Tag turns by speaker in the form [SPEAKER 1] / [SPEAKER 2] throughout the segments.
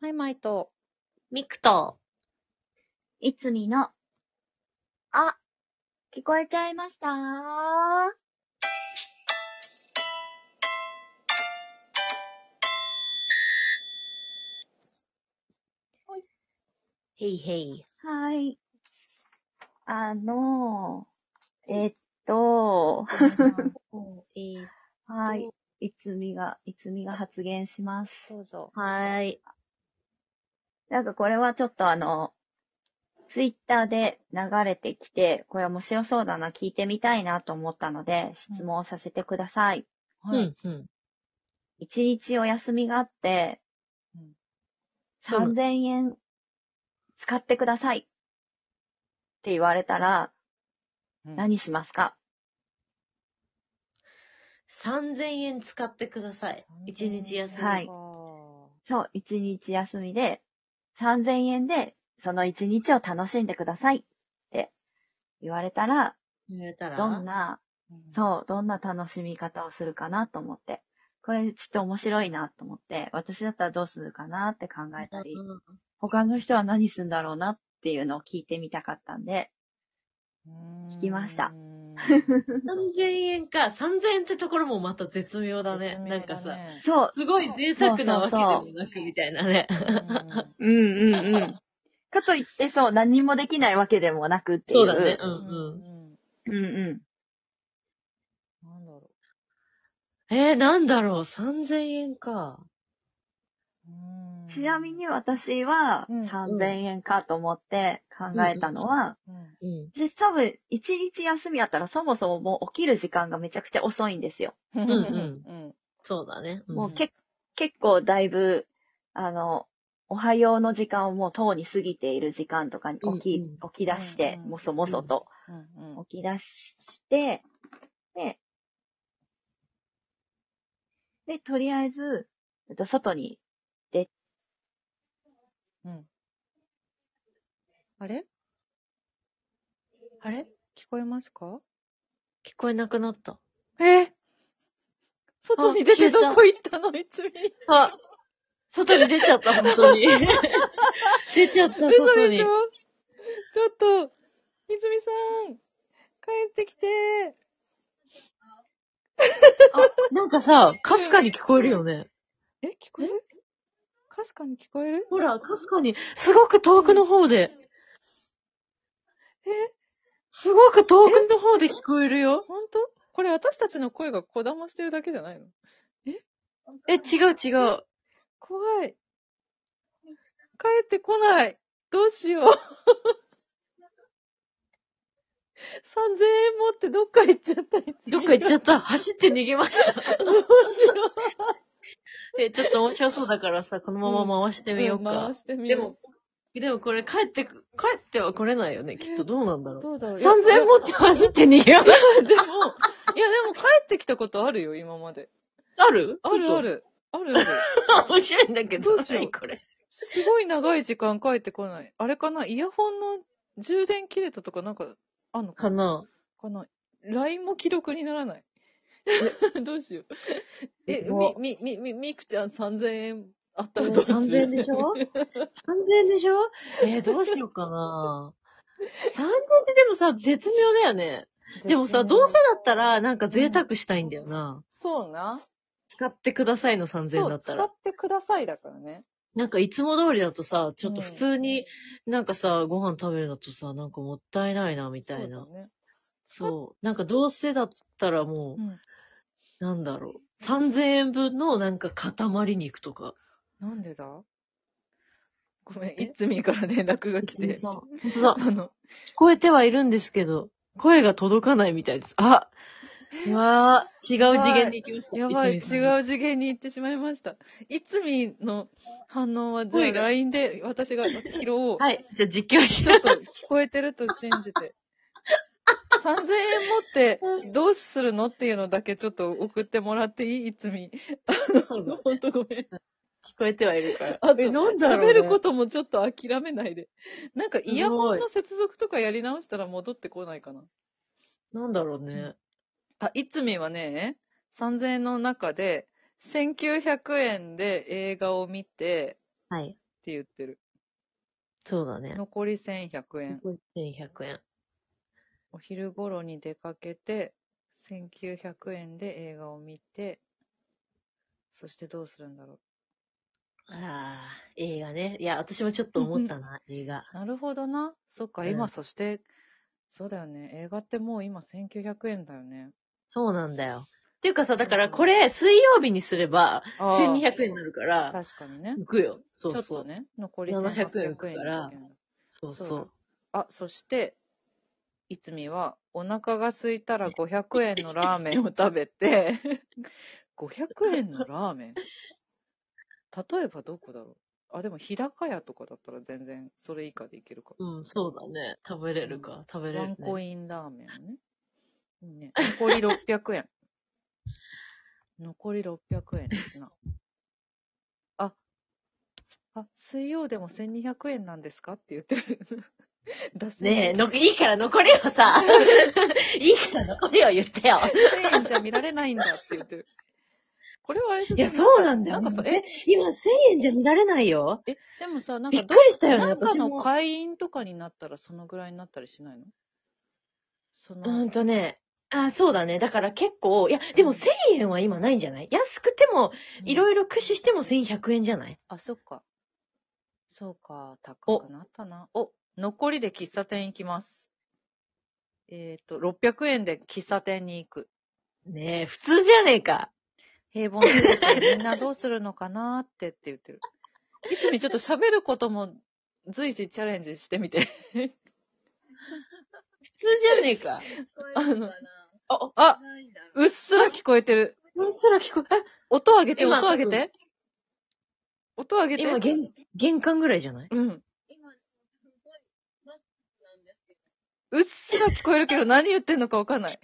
[SPEAKER 1] はい、マイト。
[SPEAKER 2] ミクと、
[SPEAKER 3] いつみの、あ、聞こえちゃいました
[SPEAKER 2] ヘイヘイ。
[SPEAKER 3] はい。あのー、えっと、
[SPEAKER 1] えー、
[SPEAKER 3] はい。いつみが、いつみが発言します。
[SPEAKER 1] どうぞ。
[SPEAKER 2] はーい。
[SPEAKER 3] なんかこれはちょっとあの、ツイッターで流れてきて、これ面白そうだな、聞いてみたいなと思ったので、質問させてください。
[SPEAKER 2] う
[SPEAKER 1] はい。
[SPEAKER 2] ん、うん。
[SPEAKER 3] 一日お休みがあって
[SPEAKER 1] うん、
[SPEAKER 3] 3000円使ってくださいって言われたら、
[SPEAKER 1] うん
[SPEAKER 3] 何しますか、
[SPEAKER 2] 3000円使ってください。一日休み。
[SPEAKER 3] はいそう、一日休みで、3000円でその一日を楽しんでくださいって言われたら、
[SPEAKER 2] 言われたら。
[SPEAKER 3] どんな、
[SPEAKER 1] う。
[SPEAKER 3] そう、どんな楽しみ方をするかなと思って。これちょっと面白いなと思って、私だったらどうするかなって考えたり、
[SPEAKER 2] うん
[SPEAKER 3] 他の人は何するんだろうなっていうのを聞いてみたかったんで、聞きました
[SPEAKER 1] うーん。
[SPEAKER 2] 3000円か。3000円ってところもまた絶妙だね。
[SPEAKER 1] 絶妙
[SPEAKER 2] なんかさ、
[SPEAKER 3] そう、
[SPEAKER 2] すごい贅沢なわけでもなくみたいなね。
[SPEAKER 1] だね。
[SPEAKER 3] うんうんうん。かといって、そう、何もできないわけでもなくっていう。
[SPEAKER 2] そうだね。
[SPEAKER 1] う
[SPEAKER 2] う
[SPEAKER 1] んん
[SPEAKER 2] うん。
[SPEAKER 3] うんう
[SPEAKER 1] うん。なんだろ
[SPEAKER 2] えー、なんだろう。3000円か。
[SPEAKER 1] ううーん。
[SPEAKER 3] ん。ちなみに私は、
[SPEAKER 1] うん
[SPEAKER 3] 3000円かと思って考えたのは、
[SPEAKER 1] うん、
[SPEAKER 2] うん。
[SPEAKER 3] 私多分、1日休みあったらそもそももう起きる時間がめちゃくちゃ遅いんですよ。
[SPEAKER 1] うん
[SPEAKER 2] うん
[SPEAKER 1] うん。
[SPEAKER 2] そうだね。うん
[SPEAKER 3] もうけ結構だいぶ、あの、おはようの時間をもうとうに過ぎている時間とかに起き、
[SPEAKER 2] うんうん
[SPEAKER 3] 起き出して、
[SPEAKER 1] うんうん
[SPEAKER 3] もそもそと
[SPEAKER 1] うんうん。
[SPEAKER 3] 起き出して、で、で、とりあえず、えっと外に、
[SPEAKER 1] あれ
[SPEAKER 2] あれ
[SPEAKER 1] 聞こえますか
[SPEAKER 2] 聞こえなくなった。
[SPEAKER 1] えー外に出てどこ行ったのいつみ。
[SPEAKER 2] あ、外に出ちゃった、本当 に。出ちゃった、
[SPEAKER 1] 嘘
[SPEAKER 2] 外
[SPEAKER 1] で
[SPEAKER 2] に。
[SPEAKER 1] しょちょっと、いつみさん、帰ってきて。
[SPEAKER 2] なんかさ、かすかに聞こえるよね。
[SPEAKER 1] え、聞こえるかすかに聞こえる
[SPEAKER 2] ほら、かすかに、すごく遠くの方で。
[SPEAKER 1] え
[SPEAKER 2] すごく遠くの方で聞こえるよ。
[SPEAKER 1] 本当これ私たちの声がこだましてるだけじゃないの
[SPEAKER 2] え、違う違う。
[SPEAKER 1] 怖い。帰ってこない。どうしよう。3000円持ってどっか行っちゃった。
[SPEAKER 2] どっか行っちゃ
[SPEAKER 1] っ
[SPEAKER 2] った。走って逃げました。
[SPEAKER 1] た。どうしよ
[SPEAKER 2] え、ちょっと面白そうだからさ、このまま回して
[SPEAKER 1] う。
[SPEAKER 2] みようか
[SPEAKER 1] 回。してみ
[SPEAKER 2] で
[SPEAKER 1] よ
[SPEAKER 2] も、でもこれ帰ってく、帰っては来れないよね、きっと。どうなんだ
[SPEAKER 1] う。
[SPEAKER 2] ろう。
[SPEAKER 1] どうだろう。
[SPEAKER 2] 3000円持って走って逃げました。
[SPEAKER 1] いや でも、いやでも帰ってきたことあるよ、今まで。
[SPEAKER 2] ある
[SPEAKER 1] あるあ。る。あるある。
[SPEAKER 2] 面白いんだけ
[SPEAKER 1] ど
[SPEAKER 2] ど。
[SPEAKER 1] うしよう
[SPEAKER 2] 何これ。
[SPEAKER 1] すごい長い時間帰ってこない。あれかなイヤホンの充電切れたとかなんか、あんのか
[SPEAKER 2] かな
[SPEAKER 1] かな ?LINE も記録にならない。 どうしよう。え、
[SPEAKER 2] すご
[SPEAKER 1] み、み、み、み、みくちゃん3000円あったらどうする
[SPEAKER 2] 3000円でしょ ?3000 円でしょえー、どうしようかな。3000円ってでもさ、絶妙だよね。でもさ、どうせだったら、なんか贅沢したいんだよな。
[SPEAKER 1] そうな。
[SPEAKER 2] 使ってくださいの3000円
[SPEAKER 1] そ
[SPEAKER 2] だ
[SPEAKER 1] う、
[SPEAKER 2] っ
[SPEAKER 1] 使
[SPEAKER 2] た
[SPEAKER 1] っ
[SPEAKER 2] ら。
[SPEAKER 1] てくださいだからね。
[SPEAKER 2] なんかいつも通りだとさ、ちょっと普通になんかさ、ご飯食べるのとさ、なんかもったいないな、みたい
[SPEAKER 1] そ
[SPEAKER 2] な
[SPEAKER 1] う。だね。
[SPEAKER 2] そう。なんかどうせだったらもう、
[SPEAKER 1] うん
[SPEAKER 2] なんだろう。3000円分のなんか塊肉とか。
[SPEAKER 1] なんでだごめん、いつみから連絡が来
[SPEAKER 2] で
[SPEAKER 1] て。
[SPEAKER 2] さ、ほんとだ。
[SPEAKER 1] あの、
[SPEAKER 2] 聞こえてはいるんですけど、声が届かないみたいです。あうわぁ、違う次元に行きました。
[SPEAKER 1] やばい、違う
[SPEAKER 2] 泉さん。
[SPEAKER 1] 次元に行ってしまいました。いつみの反応は、じゃあ
[SPEAKER 2] 声が
[SPEAKER 1] LINE で私が拾おう。
[SPEAKER 2] はい、じゃあ実況し
[SPEAKER 1] ちょ
[SPEAKER 2] よう
[SPEAKER 1] っ。と聞こえてると信じて。3000円持ってどうするのっていうのだけちょっと送ってもらっていいいつみ。 ほんとごめん。
[SPEAKER 2] 聞こえてはいるから。
[SPEAKER 1] あと、
[SPEAKER 2] えなんだろうね
[SPEAKER 1] 喋ることもちょっと諦めないで。なんかイヤホンの接続とかやり直したら戻ってこないかな。
[SPEAKER 2] なんだろうね。
[SPEAKER 1] あ、いつみはね、3000円の中で、1900円で映画を見て、
[SPEAKER 2] はい。
[SPEAKER 1] って言ってる。
[SPEAKER 2] そうだね。
[SPEAKER 1] 残り1100円。
[SPEAKER 2] 1100円。
[SPEAKER 1] お昼頃に出かけて、1900円で映画を見て、そしてどうするんだろ
[SPEAKER 2] ああ、映画ね。いや、私もちょっと思っ たな、映画。
[SPEAKER 1] う。なるほどな。そっか、
[SPEAKER 2] うん
[SPEAKER 1] 今、そして、そうだよね。映画ってもう今1900円だよね。
[SPEAKER 2] そうなんだよ。っていうかさ、だからこれ、水曜日にすれば、
[SPEAKER 1] あー
[SPEAKER 2] 1200円になるから、
[SPEAKER 1] 確かにね。
[SPEAKER 2] 行くよ。そうそう。
[SPEAKER 1] ちょっとね、残り
[SPEAKER 2] 700
[SPEAKER 1] 1800円
[SPEAKER 2] 円からそう
[SPEAKER 1] そ
[SPEAKER 2] そうう。
[SPEAKER 1] あ、そして、いつみは、お腹が空いたら500円のラーメンを食べて、500円のラーメン例えばどこだろうあ、でも日高屋とかだったら全然それ以下でいけるか。
[SPEAKER 2] うん、そうだね。食べれるか、食べれ
[SPEAKER 1] ワ
[SPEAKER 2] る、
[SPEAKER 1] ン
[SPEAKER 2] ね。
[SPEAKER 1] コインラーメンね。いいね。残り600円。残り600円ですな。あ、あ、水曜でも1200円なんですかって言ってる。 出せ
[SPEAKER 2] ねえ、の、いいから残りを さ、いいから残りを言ってよ。
[SPEAKER 1] 1000円じゃ見られないんだって言ってる。これはあれです
[SPEAKER 2] いや、そうなんだよ。
[SPEAKER 1] なんかさ、
[SPEAKER 2] もう
[SPEAKER 1] え
[SPEAKER 2] ね、今1000円じゃ見られないよ。
[SPEAKER 1] え、でもさ、なん
[SPEAKER 2] び
[SPEAKER 1] か
[SPEAKER 2] っ、くりしたよね、
[SPEAKER 1] なんか
[SPEAKER 2] 私
[SPEAKER 1] の
[SPEAKER 2] も。
[SPEAKER 1] 会員とかになったらそのぐらいになったりしないのそうの、
[SPEAKER 2] ーんとね。あ、そうだね。だから結構、いや、でも1000円は今ないんじゃない安くても、い
[SPEAKER 1] いろ。
[SPEAKER 2] ろいろ駆使しても1100円じゃない
[SPEAKER 1] あ、そっか。そうか、高くなったな。お、残りで喫茶店行きます。えっ、と、600円で喫茶店に行く。
[SPEAKER 2] ねえ、普通じゃねえか。
[SPEAKER 1] 平凡なことでみんなどうするのかなーってって言ってる。いつにちょっと喋ることも随時チャレンジしてみて。
[SPEAKER 2] 普通じゃねえ か。
[SPEAKER 1] あの、あ、あ、うっすら聞こえてる。
[SPEAKER 2] うっすら聞こえ、
[SPEAKER 1] 音上げて、
[SPEAKER 2] 今
[SPEAKER 1] 音上げて。音上げて。
[SPEAKER 2] 今、玄、玄関ぐらいじゃない
[SPEAKER 1] うん。うっすら聞こえるけど何言ってんのかわかんない。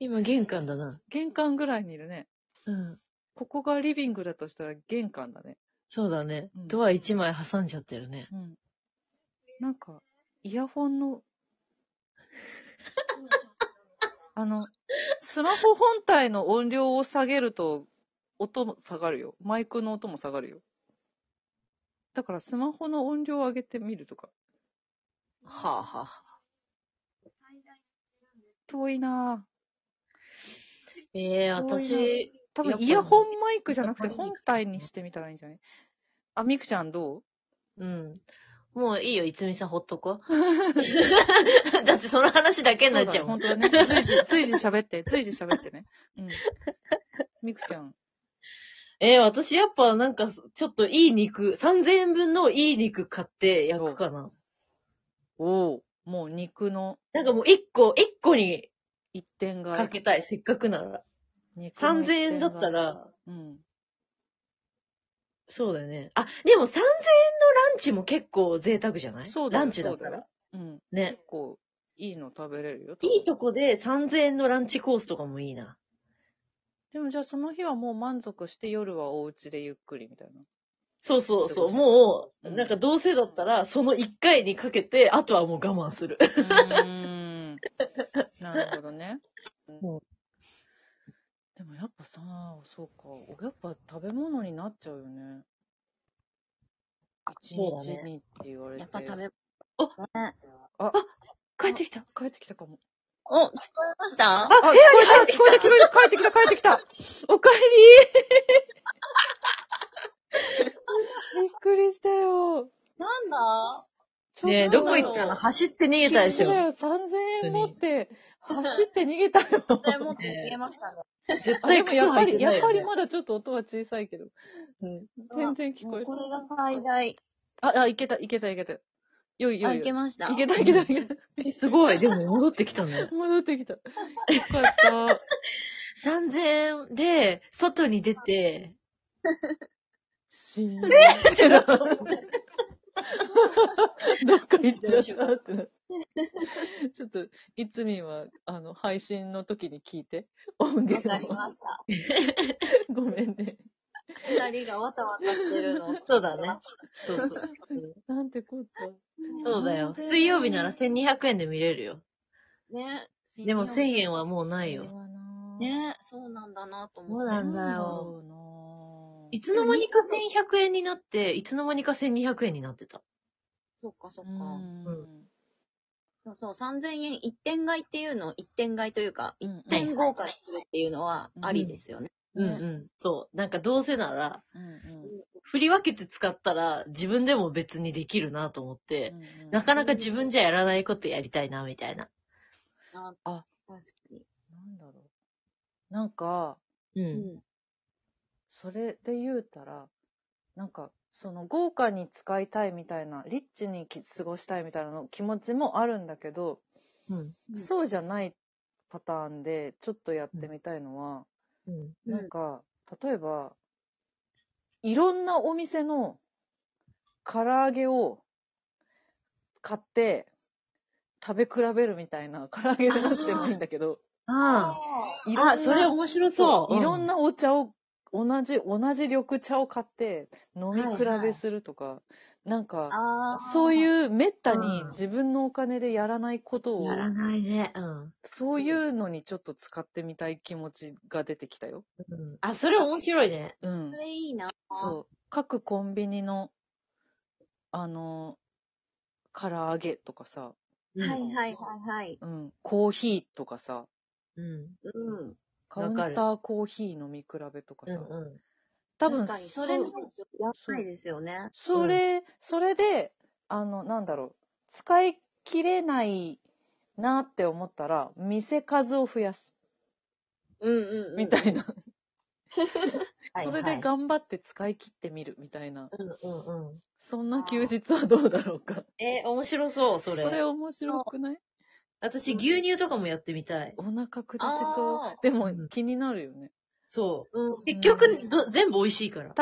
[SPEAKER 2] 今、玄関だな。
[SPEAKER 1] 玄関ぐらいにいるね。
[SPEAKER 2] うん。
[SPEAKER 1] ここがリビングだとしたら玄関だね。
[SPEAKER 2] そうだね。
[SPEAKER 1] うん
[SPEAKER 2] ドア一枚挟んじゃってるね。
[SPEAKER 1] うん。なんか、イヤホンの、 あの、スマホ本体の音量を下げると、音も下がるよ。マイクの音も下がるよ。だからスマホの音量を上げてみるとか。
[SPEAKER 2] はあはあ。
[SPEAKER 1] 遠いなぁ。
[SPEAKER 2] ええ私、
[SPEAKER 1] 多分イ
[SPEAKER 2] イヤ
[SPEAKER 1] ヤ
[SPEAKER 2] ホ
[SPEAKER 1] ホ
[SPEAKER 2] ン
[SPEAKER 1] ンマイクじゃなくて
[SPEAKER 2] イヤホン
[SPEAKER 1] 本体にしてみたらいいんじゃないあ、みくちゃんどう
[SPEAKER 2] うん。もういいよ、いつみさんほっとこ。 だってその話だけになっちゃう
[SPEAKER 1] 本
[SPEAKER 2] もん。
[SPEAKER 1] 当だね。随 時、随時喋って、随時喋ってね。うん。みくちゃん。
[SPEAKER 2] えー、私やっぱなんか、ちょっといい肉、3000円分のいい肉買って焼くかな。
[SPEAKER 1] おおもう肉の
[SPEAKER 2] なんかもう1個、1個に
[SPEAKER 1] 一点が。
[SPEAKER 2] かけたい、せっかくなら。
[SPEAKER 1] 肉の一
[SPEAKER 2] 3000
[SPEAKER 1] 点
[SPEAKER 2] 円だ
[SPEAKER 1] 買い
[SPEAKER 2] った。ら、
[SPEAKER 1] うん。
[SPEAKER 2] そうだよね。あ、でも3000円のランチも結構贅沢じゃない
[SPEAKER 1] そうだよ
[SPEAKER 2] ランチだった
[SPEAKER 1] そうだ
[SPEAKER 2] ら
[SPEAKER 1] よ。うん。
[SPEAKER 2] ね
[SPEAKER 1] 結。構、いいの食べれるよ。
[SPEAKER 2] いいとこで3000円のランチコースとかもいいな。
[SPEAKER 1] でもじゃあその日はもう満足して夜はお家でゆっくりみたいな。
[SPEAKER 2] そうそうそう。
[SPEAKER 1] 過
[SPEAKER 2] もう、
[SPEAKER 1] うん
[SPEAKER 2] なんかどうせだったら、その1回にかけて、あとはもう我慢する。
[SPEAKER 1] うーん。なるほどね。
[SPEAKER 2] うん
[SPEAKER 1] でもやっぱさ、そうか。やっぱ食べ物になっちゃうよね。一
[SPEAKER 2] そうだ
[SPEAKER 1] 日
[SPEAKER 2] ね
[SPEAKER 1] にって言われて。
[SPEAKER 3] やっぱ食べ、
[SPEAKER 2] 帰ってきた。
[SPEAKER 1] 帰ってきたかも。
[SPEAKER 3] お、聞こえました
[SPEAKER 1] あ、聞こえた聞こえた聞こえた帰ってきた帰ってきたおかえり びっくりしたよ。
[SPEAKER 3] なんだ
[SPEAKER 1] ちょっと
[SPEAKER 2] ねえ、どこ行ったの走って逃げたでし
[SPEAKER 1] 気づい
[SPEAKER 2] ょ。
[SPEAKER 1] よ ?3000 円持って、走って逃げたよ。
[SPEAKER 3] でも、消えましたね。
[SPEAKER 2] 絶
[SPEAKER 1] あで
[SPEAKER 2] 対
[SPEAKER 1] も
[SPEAKER 2] 靴
[SPEAKER 1] やっぱ
[SPEAKER 2] 履い
[SPEAKER 1] り、
[SPEAKER 2] て
[SPEAKER 1] や
[SPEAKER 2] ない
[SPEAKER 1] っぱ
[SPEAKER 2] よ、
[SPEAKER 1] り
[SPEAKER 2] ね。
[SPEAKER 1] まだちょっと音は小さいけど。うん全然聞こえる
[SPEAKER 3] こ。れが最大。
[SPEAKER 1] あ、あ、いけた、いけた、いけた。よいよ
[SPEAKER 3] あ、
[SPEAKER 1] い
[SPEAKER 3] い
[SPEAKER 1] よ。
[SPEAKER 3] けました。
[SPEAKER 1] いけた、いけた、いけた。
[SPEAKER 2] えすごい。でも戻ってきた ね。
[SPEAKER 1] 戻ってきた。よかった。
[SPEAKER 2] 3000円で、外に出て、
[SPEAKER 1] 死んでる。どっか行っちゃったってなって。ちょっと、いつみんは、あの、配信の時に聞いて、音
[SPEAKER 3] わ
[SPEAKER 1] 源
[SPEAKER 3] かり
[SPEAKER 1] を。
[SPEAKER 3] ました。
[SPEAKER 1] ごめんね。
[SPEAKER 3] 二人がわたわたしてるの。
[SPEAKER 2] そうだね。そうそう。
[SPEAKER 1] なんてこった。
[SPEAKER 2] そうだよ。水曜日なら1200円で見れるよ。
[SPEAKER 3] ね。
[SPEAKER 2] でも1000円はもうない
[SPEAKER 1] これ
[SPEAKER 2] よ。
[SPEAKER 1] はなあ。
[SPEAKER 3] ね、そうなんだなと思って。
[SPEAKER 2] そうなんだよ
[SPEAKER 1] なんだろうなあ
[SPEAKER 2] いつの間にか1100円になって、いつの間にか1200円になってた。
[SPEAKER 3] そっかそっ
[SPEAKER 1] う
[SPEAKER 3] か。
[SPEAKER 1] ん。
[SPEAKER 3] そうそう、3000円一点買いっていうのを一点買いというか、
[SPEAKER 1] うん
[SPEAKER 3] 一点豪華にするっていうのはありですよね。
[SPEAKER 2] うんうん。そう。なんかどうせなら、
[SPEAKER 1] うんうん
[SPEAKER 2] 振り分けて使ったら自分でも別にできるなと思って、
[SPEAKER 1] うん
[SPEAKER 2] なかなか自分じゃやらないことやりたいな、みたいな。
[SPEAKER 1] あ、
[SPEAKER 3] 確かに。
[SPEAKER 1] なんだろう。なんか、
[SPEAKER 2] う。
[SPEAKER 3] うんん。
[SPEAKER 1] それで言うたら、なんか、その豪華に使いたいみたいな、リッチにき過ごしたいみたいなの気持ちもあるんだけど、
[SPEAKER 2] うん。
[SPEAKER 3] うん
[SPEAKER 1] そうじゃないパターンでちょっとやってみたいのは、
[SPEAKER 2] うん。
[SPEAKER 3] うん
[SPEAKER 1] なんか、例えば、いろんなお店の唐揚げを買って食べ比べるみたいな、唐揚げじゃなくてもいいんだけど、
[SPEAKER 2] あ
[SPEAKER 1] いろん
[SPEAKER 2] あ。
[SPEAKER 1] な
[SPEAKER 2] あ、それ面白そう。
[SPEAKER 1] いろん
[SPEAKER 2] な。
[SPEAKER 1] なお茶を、同じ、同じ緑茶を買って飲み比べするとか、なんか、
[SPEAKER 3] あ
[SPEAKER 1] そう
[SPEAKER 3] う。
[SPEAKER 1] いうめったに
[SPEAKER 2] うん
[SPEAKER 1] 自分のお金でやらないことを
[SPEAKER 2] や、らないね。うん。
[SPEAKER 1] そういうのにちょっと使ってみたい気持ちが出てきたよ。
[SPEAKER 2] うんあ、それ面白いね。
[SPEAKER 1] うん
[SPEAKER 3] そ。れいいな。
[SPEAKER 1] そう。各コンビニの、あの、唐揚げとかさ、
[SPEAKER 2] うん
[SPEAKER 3] はいはいはいはい。
[SPEAKER 1] うん、コーヒーとかさ、
[SPEAKER 2] うん。
[SPEAKER 3] うん。
[SPEAKER 1] カウンターコーヒー飲み比べとか
[SPEAKER 2] う
[SPEAKER 1] さ、
[SPEAKER 2] んうん。
[SPEAKER 1] 多分
[SPEAKER 3] 確かに、それの方がやらないですよね。
[SPEAKER 1] それ、それで、あの、なんだろう、使い切れないなって思ったら、店数を増やす、
[SPEAKER 3] うんうんうん。
[SPEAKER 1] みたいな。
[SPEAKER 3] はい
[SPEAKER 1] そ
[SPEAKER 3] は
[SPEAKER 1] れ
[SPEAKER 3] い
[SPEAKER 1] で頑張って使い切ってみる、みたいな。
[SPEAKER 2] うんうんうん。
[SPEAKER 1] そんな休日はどうだろうか。
[SPEAKER 2] えー、面白そう、そ
[SPEAKER 1] そ
[SPEAKER 2] れ。
[SPEAKER 1] れ面白くない
[SPEAKER 2] 私、牛乳とかもやってみたい。
[SPEAKER 1] お腹下しそ
[SPEAKER 3] あ
[SPEAKER 1] う。でも
[SPEAKER 2] うん
[SPEAKER 1] 気になるよね。
[SPEAKER 2] そう。
[SPEAKER 3] うん
[SPEAKER 2] 結局、ど全部美味しいから。